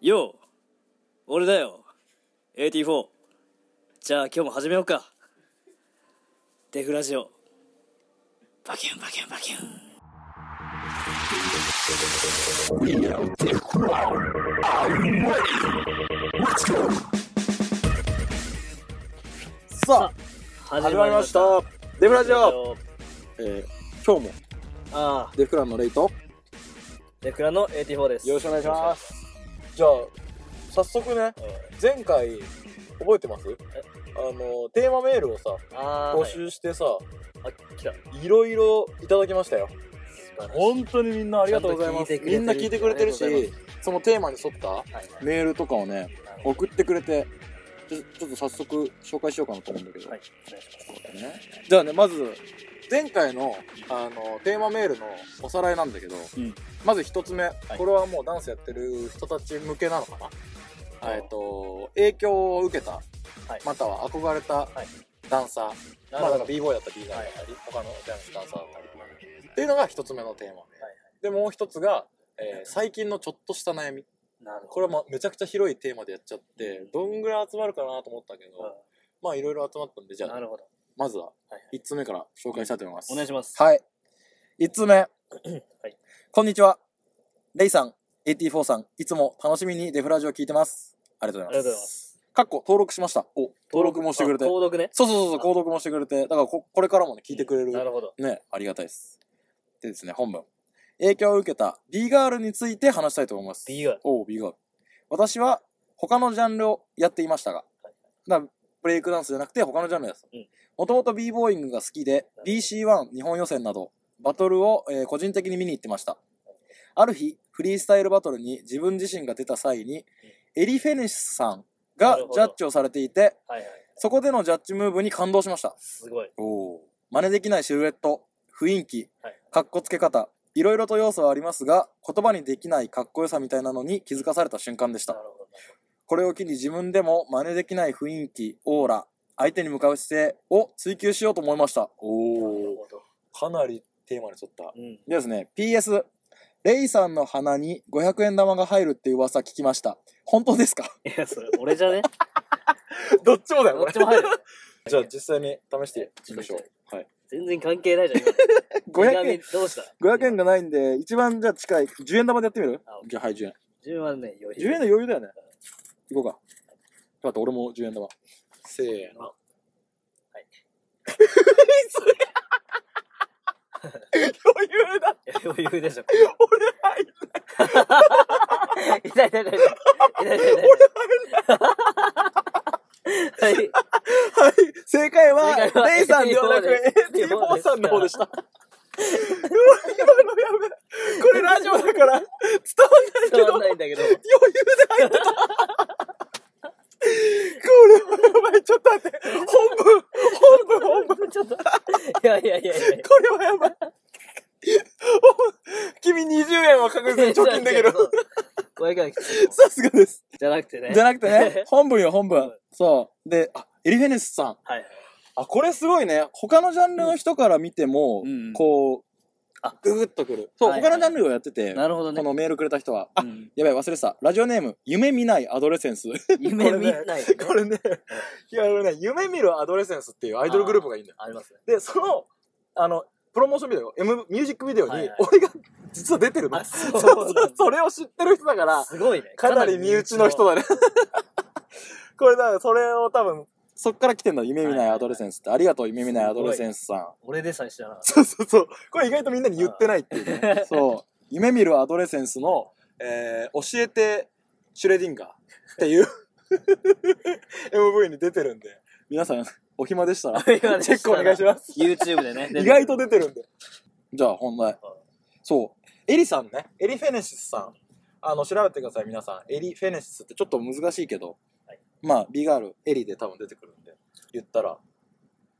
よう俺だよ !AT4! じゃあ今日も始めようかデフラジオバキュンバキュンバキュンさあ始まりましたデフラジオ、えー、今日もああデフランのレイトデフラの AT4 ですよろしくお願いしますじゃあ早速ね前回覚えてますあのテーマメールをさああ募集してさ、はいあ来たい、ろいろいただきましたよ晴らしい本当にみんなありがとうございまちゃんすと聞いてくれてみるんな聞いてくれてるありがとうしそのテーマに沿ったはいメールとかをねはい送ってくれてちょちょっと早速紹介しようかなと思うんだけど、はいお願いしねじゃあねまず前回のあのテーマメールのおさらいなんだけど、うんまず一つ目、いこれはもうダンスやってる人たち向けなのかあなーえっと影響を受けた、はいまたは憧れたはいダンサー、まあまなあ、だるほからど b ボーイだったり b ガーだったり、他のダンスダンサーだったりっていうのが一つ目のテーマで,、でもう一つが、えー最近のちょっとした悩みなるほこれはまあめちゃくちゃ広いテーマでやっちゃってどんぐらい集まるかなと思ったけど、どまあいろいろ集まったんでじゃあなるほどまずははい1つ目から紹介したいと思います。お願いしますはい。1つ目。はいこんにちは。レイさん、AT4 さん、いつも楽しみにデフラジオ聞いてます。ありがとうございます。。ありがとうございますかっこ登録しました。お、登録もしてくれて。あそう登録ねそうそうそう、登録もしてくれて。だからこ、これからもね、聞いてくれる。なるほどね、ありがたいです。でですね、本文。影響を受けた B ガールについて話したいと思います。 B ガールおう、B ガール。私は他のジャンルをやっていましたが、はいなブレイクダンスじゃなくて他のジャンルですうん。もともと B ボーイングが好きで、BC1 日本予選など、バトルを、えー個人的に見に行ってました。ある日、フリースタイルバトルに自分自身が出た際に、エリフェニスさんながるほどジャッジをされていて、はいはいそこでのジャッジムーブに感動しました。すごいおお真似できないシルエット雰囲気はいかっこつけ方いろいろと要素はありますが言葉にできないかっこよさみたいなのに気づかされた瞬間でしなたるほどこれを機に自分でも真似できない雰囲気オーラ相手に向かう姿勢を追求しようと思いましたなるおほどかなりテーマに沿ったうんでですね PS レイさんの鼻に500円玉が入るって噂聞きました本当ですかいやそれ俺じゃね どっちもだどっちも入る じゃあ実際に試してみましょ実う、はい、全然関係ないじゃん今500円手紙どうした500円がないんで、一番じゃあ近い、10円玉でやってみるあじゃあはい、10円。 10万ね余10円の余裕だよね。行こうか。ちょっと俺も10円玉。せーの。はい。余裕だいや余裕でしょ。俺入痛い痛い痛い痛い痛い痛い痛い。はい。はい。正解は正解は、レイさんではなく AT4 AT4 さんの方でした。うわ、今のやべえ。これラジオだから伝わんないけ伝わど、ん余ないんだけど。裕で入ってた。これはやばい。ちょっと待って。本文、本文、本文。ちょっと。いやいやいやいや。これはやばい。君20円は確実に貯金できる。そう。500円さすがです。じゃなくてね。じゃなく てね、本文よ、本本文文。そう。で、あ、エリフェネスさん。はい。あ、これすごいね。他のジャンルの人から見ても、うんこうあ、ググッとくる。そう、はい他のジャンルをやってて、なるほどねこ。のメールくれた人は。あ、うんやばい、忘れてた。ラジオネーム、夢見ないアドレセンス。夢見ない。 これね、いや、俺ね、夢見るアドレセンスっていうアイドルグループがいいんだよありますね。で、その、あの、プロモーションビデオ、M、ミュージックビデオに、はいはい俺が実は出てるの。あ、そそうう そう、それを知ってる人だから、すごいね。かなり身内の人だね。 これだから、それを多分、そっから来てんだ、夢見ないアドレセンスって。ありがとう、夢見ないアドレセンスさん。俺でさえ知らなかっそうそうそう。これ意外とみんなに言ってないっていうね。そう。夢見るアドレセンスの、えー、教えて、シュレディンガーって いう MV に出てるんで、皆さん、お暇でしたら、チた。ェックお願いします。す。YouTube でね。意外と出てるんで。じゃあ本題。そう。エリさんね。エリフェネシスさん。あの、調べてください、皆さん。エリフェネシスってちょっと難しいけど、はいまあ、ビガール、エリで多分出てくるんで、言ったら、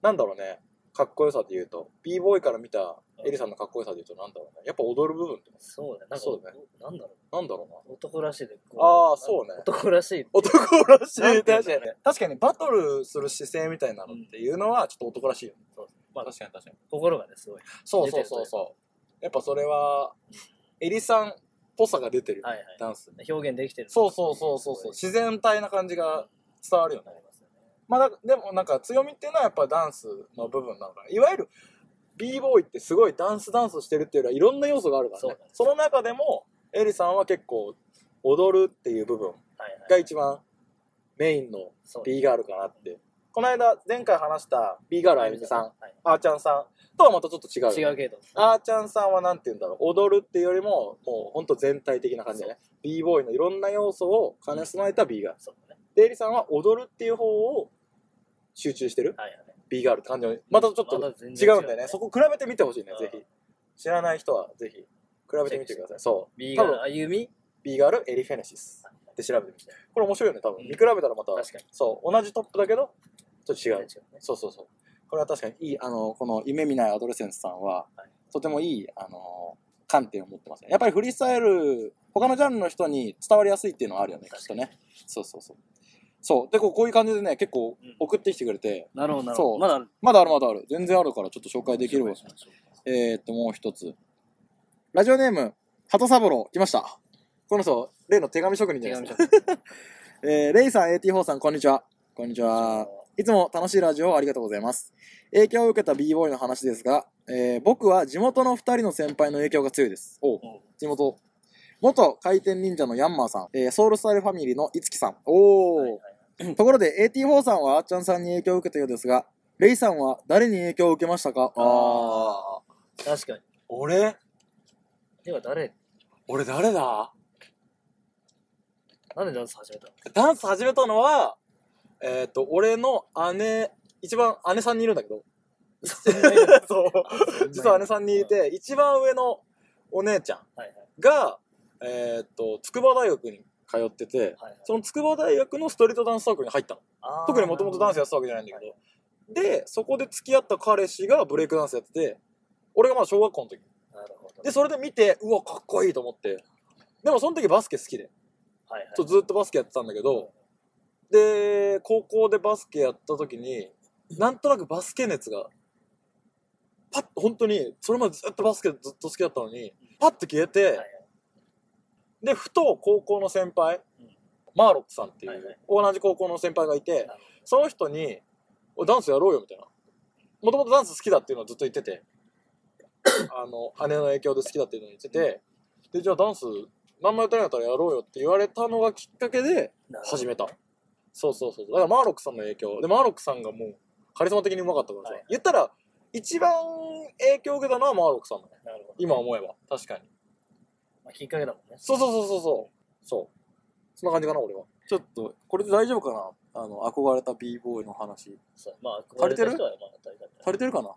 なんだろうね、かっこよさで言うと、b ボーイから見たエリさんのかっこよさで言うと、なんだろうね、やっぱ踊る部分って、そうね。なんかそうねなんだろなんだろうな。う。男らしいで。こあーそうね男らしい。男らしなんい。て言うん確だかろにう。確かに、バトルする姿勢みたいなのっていうのは、ちょっと男らしいよね。そうまあ確かに確かに。心がね、すごい。そうそうそうそう。やっぱそれは、エリさんぽさが出てる、はいはいダンスに表現できてるそうそうそうそうそう自然体な感じが伝わるよねなりますよねまあだでもなんか強みっていうのはやっぱダンスの部分なのかないわゆる b ボーイってすごいダンスダンスしてるっていうよりはいろんな要素があるからそうねだねその中でもエリさんは結構踊るっていう部分はいはいが一番メインのそう B ガールかなってこの間前回話した B ガールあゆみさんはいあーちゃんさんとはまたちょっと違うよね、違うけどあーちゃんさんはなんて言うんだろう踊るっていうよりももうほんと全体的な感じだね b ボーイのいろんな要素を兼ね備えた B ガールそうだねでエリさんは踊るっていう方を集中してるはいはい B ガールって感じのまたちょっとま違だ全然うんだよねそこ比べてみてほしいねうんぜひ知らない人はぜひ比べてみてくださいそう B 多が分歩み B ガールエリフェネシスはいで調べてみてこれ面白いよね多分うん見比べたらまた確かにそう同じトップだけどちょっと違う全然違うねそうそうそう。これは確かにいい、あの、この夢見ないアドレセンスさんは、はいとてもいい、あの、観点を持ってますね。やっぱりフリースタイル、他のジャンルの人に伝わりやすいっていうのはあるよね、きっ確とかにね。そうそうそう。そう。で、こうこういう感じでね、結構うん送ってきてくれて、なるほどなるそほどうまだまだあるまだある。全然あるからちょっと紹介できるわ。紹介しましょうえー、っと、もう一つ。ラジオネーム、鳩三郎、来ました。この人、例の手紙職人じ手ゃない紙です書か。く えー、レイさん、AT4 さん、こんにちは。こんにちは。いつも楽しいラジオをありがとうございます。影響を受けた b ボーイの話ですが、えー僕は地元の2人の先輩の影響が強いです。おおう地元。元回転忍者のヤンマーさん、えーソウルスタイルファミリーのいつきさん。おー、はいはいはい ところで AT4 さんはあっちゃんさんに影響を受けたようですが、レイさんは誰に影響を受けましたかあー。確かに俺では誰俺誰だなんでダンス始めたのダンス始めたのは、えっ、と、俺の姉、一番姉さんにいるんだけど、 そう。実は姉さんにいて、一番上のお姉ちゃんはいはいが、えーっと、筑波大学に通ってて、はいはいその筑波大学のストリートダンスサークルに入ったの。あー特にもともとダンスやってたわけじゃないんだけど。で、そこで付き合った彼氏がブレイクダンスやってて、俺がまだ小学校の時。なるほどで、それで見て、うわ、かっこいいと思って。でもその時バスケ好きで、はいはいちょずっとバスケやってたんだけど、で、高校でバスケやった時に、なんとなくバスケ熱が、パッと本当に、それまでずっとバスケずっと好きだったのに、パッと消えて、はいはいで、ふと高校の先輩うん、マーロックさんっていう、はいはい同じ高校の先輩がいてなる、その人に、おいダンスやろうよみたいな。もともとダンス好きだっていうのをずっと言って て、あの、姉の影響で好きだっていうのを言ってて、で、じゃあダンス、何もやってないんだったらやろうよって言われたのがきっかけで、なるほど始めたそうそうそうだからマーロックさんの影響でマーロックさんがもうカリスマ的にうまかったからさ、はい言ったら一番影響を受けたのはマーロックさんだねなるほど今思えば確かにまあきっかけだもんねそうそうそうそうそうそうそんな感じかな俺はちょっとこれで大丈夫かなあの憧れた b ボーイの話そうまあ足りてる憧れた人はまあ足りたんじゃない足りてるかな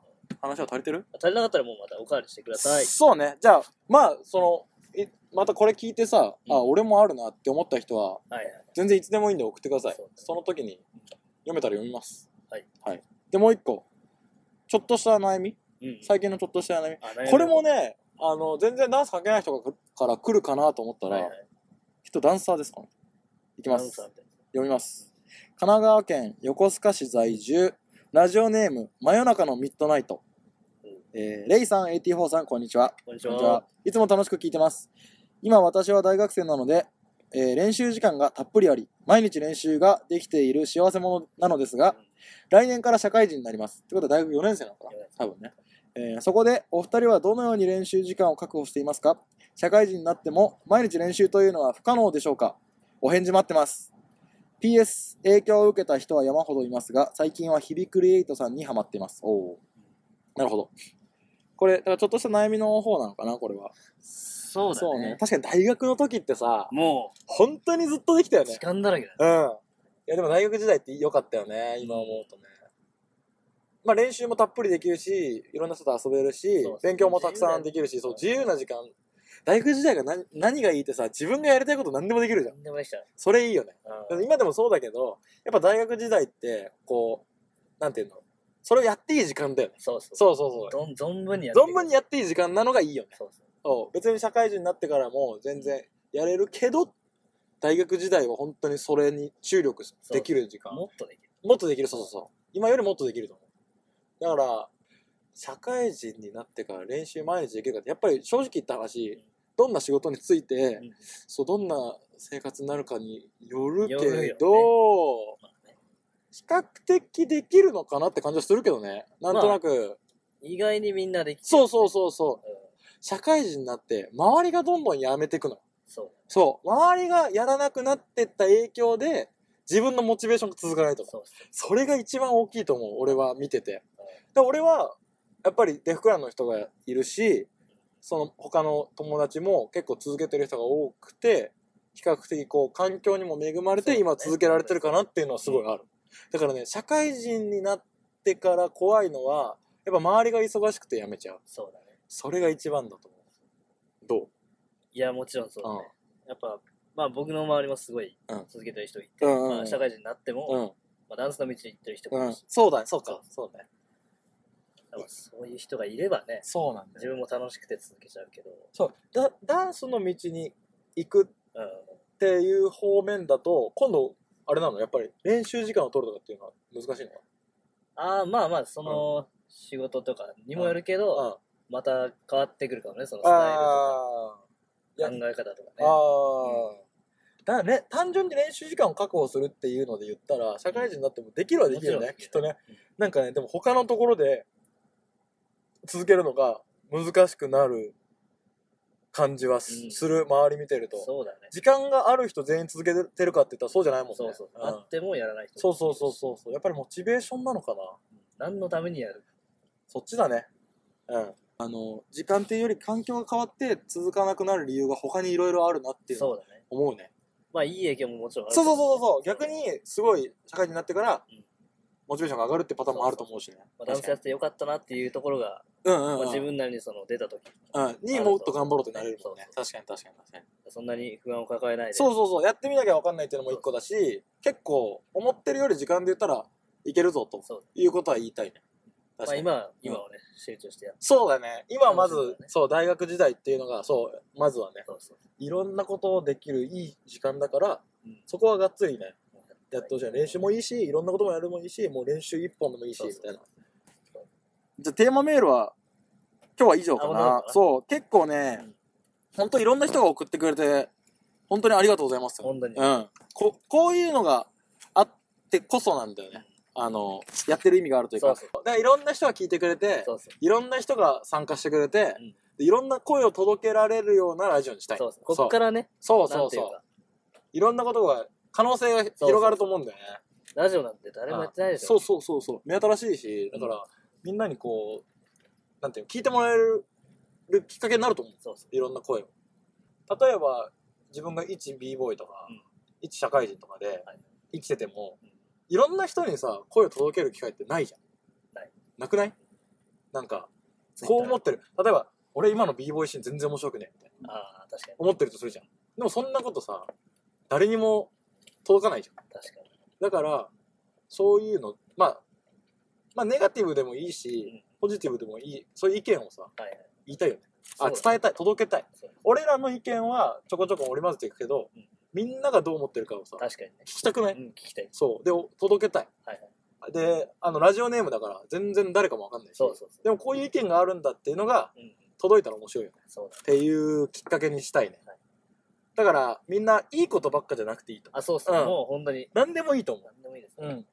話は足りてる足りなかったらもうまたおかわりしてくださいそうねじゃあまあそのいまたこれ聞いてさ、うんあ俺もあるなって思った人ははいはい全然いつでもいいんで送ってくださいそうねその時に読めたら読みますはい、はい、でもう一個ちょっとした悩みうん最近のちょっとした悩み、あこれもねあの全然ダンス関係ない人がくから来るかなと思ったら、はいはいきっとダンサーですかねいきダまンすサーみたいな読みます神奈川県横須賀市在住ラジオネーム真夜中のミッドナイト、うんえーレイさん AT4 さんこんにちはこんにちこんにちは。いつも楽しく聞いてます。今私は大学生なので、えー練習時間がたっぷりあり、毎日練習ができている幸せ者なのですが、来年から社会人になります。ってことは大学4年生なのかな四年生多分ね。えーそこでお二人はどのように練習時間を確保していますか社会人になっても毎日練習というのは不可能でしょうかお返事待ってます。PS、影響を受けた人は山ほどいますが、最近は日々クリエイトさんにハマっています。おお。なるほど。これ、だからちょっとした悩みの方なのかな、これは。そうだね確かに大学の時ってさ、も本当にずっとできたようね時。間だらけだねうん。いや、でも大学時代って良かったよね、今思うとね。まあ練習もたっぷりできるし、いろんな人と遊べるしそう、勉強もたくさんできるし、自そう由、自由な時間。大学時代が何何がいいってさ、自分がやりたいこと何でもできるじゃん。何でもできちゃうそれいいよね。うでんも今でもそうだけど、やっぱ大学時代って、こう、なんていうのそれをやっていい時間だよね。そうそうそうそうそう。どん存分にやって存分にやっていい時間なのがいいよね。そうそうそう別に社会人になってからも全然やれるけど大学時代は本当にそれに注力しそうできる時間もっとできるもっとできるそうそうそう今よりもっとできると思うだから社会人になってから練習毎日できるかってやっぱり正直言った話どんな仕事について、うんそうどんな生活になるかによるけどよるよねまあね比較的できるのかなって感じはするけどねなんとなく、意外にみんなできてるそうそうそうそううん社会人になって周りがどんどんやめていくのそそう周りがやらなくなってった影響で自分のモチベーションが続かないうとかそうそれが一番大きいと思う俺は見ててうんで俺はやっぱりデフクランの人がいるしその他の友達も結構続けてる人が多くて比較的こう環境にも恵まれそうてね今続けられてるかなっていうのはすごいあるだからね社会人になってから怖いのはやっぱ周りが忙しくて辞めちゃうそうだねそれが一番だと思うどういやもちろんそうだね、やっぱまあ僕の周りもすごいうん続けてる人いて、うんうんうんまあ、社会人になっても、うんまあ、ダンスの道に行ってる人もいうんるし、そうだねそうかそうだねだからそういう人がいればねそうなんだ自分も楽しくて続けちゃうけど、そうだダンスの道に行くうん、っていう方面だと今度あれなのやっぱり練習時間を取るとかっていうのは難しいのかああまあまあその仕事とかにもよるけど、なまた変わってくるかもねそのスタあイールとか考え方とあかーねだね単純に練習時間を確保するっていうので言ったら社会人になってもできるはできるよねもきっちとろんねうんなんかねでも他のところで続けるのが難しくなる感じはす,、うんる周り見てるとそうだね時間がある人全員続けてるかって言ったらそうじゃないもんねそうそう、んあってもやらない人そうそうそうそうそうやっぱりモチベーションなのかなうん何のためにやるそっちだね。うん。あの、時間っていうより環境が変わって続かなくなる理由が他にいろいろあるなっていうのそをうだね思うね。まあいい影響ももちろんあるそうそうそうそう。逆に、すごい社会人になってからうん、モチベーションが上がるってパターンもあると思うしね。まあ、ダンスやってよかったなっていうところが、うんうんまうあ、ん。自分なりにその出た時うん。にもっと頑張ろうってなれるもんね。そう確かに確かに確かに。そんなに不安を抱えないでそうそうそう。やってみなきゃわかんないっていうのも一個だし、結構、思ってるより時間で言ったらいけるぞとそういうことは言いたいね。ま確かあに。今は今はね、集中してやってそうだね。今まそうだずね、そう、大学時代っていうのが、そう、まずはね、そうそう、いろんなことをできるいい時間だから、うんそこはがっつりね、やっとじゃあ練習もいいいいし、いろんなこともやるもいいし、もう練習一本でもいいし、そうみそうたいな。じゃあテーマメールは、今日は以上かあなるほなど。なそう、結構ねうん、ほんといろんな人が送ってくれて、本当にありがとうございます。本当に、うん。ここういうのがあってこそなんだよね。あの、やってる意味があるというそか。うそうだからいろんな人が聞いてくれて、そうそういろんな人が参加してくれてうん、でいろんな声を届けられるようなラジオにしたい。そうそうこっからねそうなそんうていうそうか。いろんなことが、可能性が広がると思うんだよね。ラジオなんて誰もやってないでしょそうそうそうそう。目新しいし、だから、みんなにこう、なんていうの、聞いてもらえるきっかけになると思う。そうそういろんな声を。例えば、自分が一 b ボーイとか、うん一社会人とかではい生きてても、うんいろんな人にさ、声を届ける機会ってないじゃん。ないくないなんか、こう思ってる。例えば、俺今の b ボーイシーン全然面白くねえみたいな。ああ確かに思ってるとするじゃん。でもそんなことさ、誰にも届かないじゃん。確かにだから、そういうの、まあ、まあ、ネガティブでもいいし、うんポジティブでもいい、そういう意見をさ、はいはい言いたいよね。そうあ、だね伝えたい、届けたいそう。俺らの意見はちょこちょこ織り交ぜていくけど、うんみんながどう思ってるかをさ、確かにね聞きたくない、うん聞きたいそう。で、お届けたい。はいはいで、あの、ラジオネームだから、全然誰かもわかんないし。そうそうそでも、こういう意見があるんだっていうのが、ううん届いたら面白いよね。そうだっていうきっかけにしたいね。はいだから、みんないいことばっかじゃなくていいと。あそうっすねうんもう本当に何でもいいと思う。何でもいいですねうん。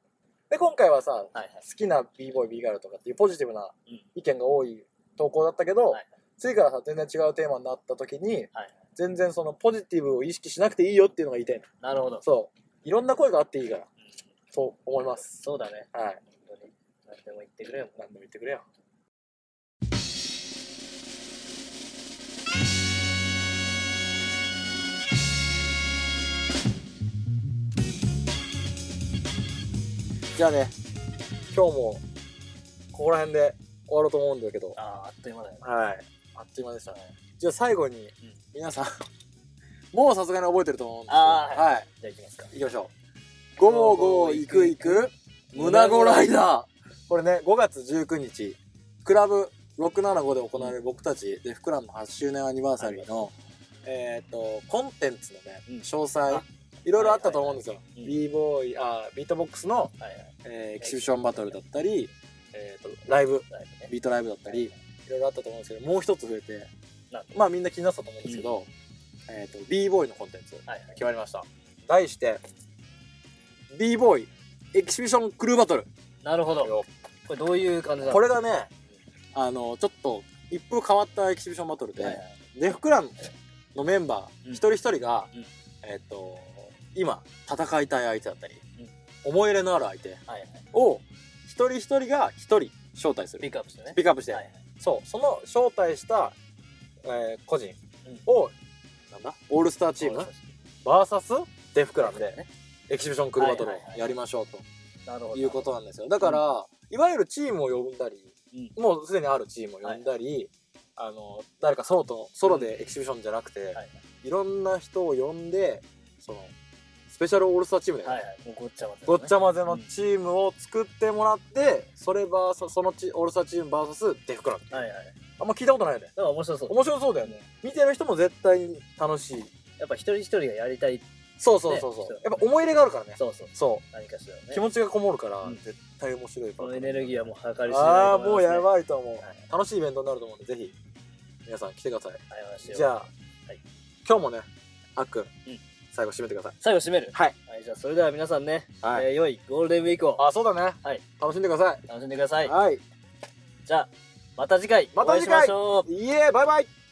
で、今回はさ、はいはい好きな b ボーイ b ガールとかっていうポジティブなうん意見が多い投稿だったけど、はい次からさ全然違うテーマになった時にはいはい全然そのポジティブを意識しなくていいよっていうのが言いたいのなるほどそういろんな声があっていいからうんそう思いますそうだねはい本当に何でも言ってくれよ何でも言ってくれよじゃあね今日もここら辺で終わろうと思うんだけどあああっという間だよねはい。あっという間でしたね。じゃあ最後に、皆さん、もうさすがに覚えてると思うんですけど、あーはい。じゃあいきますか行きましょう。ゴーゴー行く行く、胸ゴライダー。これね、5月19日、クラブ675で行われる僕たち、で、ふくらんの8周年アニバーサリーの、えーっと、コンテンツのねうん、詳細あ、いろいろあったと思うんですよ。いはい b ボーイ、あ、ビートボックスの、はいはいえーエキシビションバトルだったり、えーっと、ライブ、ライブねビートライブだったり、いろいろあったと思うんですけど、もう一つ増えて、なるほまあみんな気になってたと思うんですけど、えっ、と b ボーイのコンテンツどはいはい決まりました題して b ボーイエキシビションクルーバトルなるほどこれどういう感じなのこれがねあのちょっと一風変わったエキシビションバトルで、はいはいデフクランのメンバーうん一人一人が、うんえっ、と今戦いたい相手だったり、うん思い入れのある相手はいはいを一人一人が一人招待すピッるクアップしてねピックアップして、はいはいそうその招待した、えー個人を、なんだオールスターチームバーサスデフクランでエキシビションクルーバトルをはいはいはいやりましょうとなるほどいうことなんですよだから、いわゆるチームを呼んだり、もうすでにあるチームを呼んだり、あの誰かソロとソロでエキシビションじゃなくて、はいい、ろんな人を呼んでそのスペシャルオールスターチームで、はいはいもうごっちゃ混ぜごっちゃ混ぜのチームを作ってもらって、それバーサそのチオールスターチームバーサスデフクランはいはいあんま聞いたことないよねだから面白そう面白そうだよね見てる人も絶対に楽しいやっぱ一人一人がやりたいそうそうそうそう、ねやっぱ思い入れがあるからねそうそうそう何かしらね気持ちがこもるから、うん絶対面白いかこらのエネルギーはもう計り知れないああとーも思ういますねやばいと思う、はい楽しいイベントになると思うんでぜひ皆さん来てくださいありましたよじゃあ、はい今日もねあっくん、ん最後締めてください最後締めるはい、はい、じゃあそれでは皆さんね、はいえー良いゴールデンウィークをあそうだね、はい楽しんでください楽しんでくださいはい、じゃあまた次回また次回お会いしましょういえバイバイ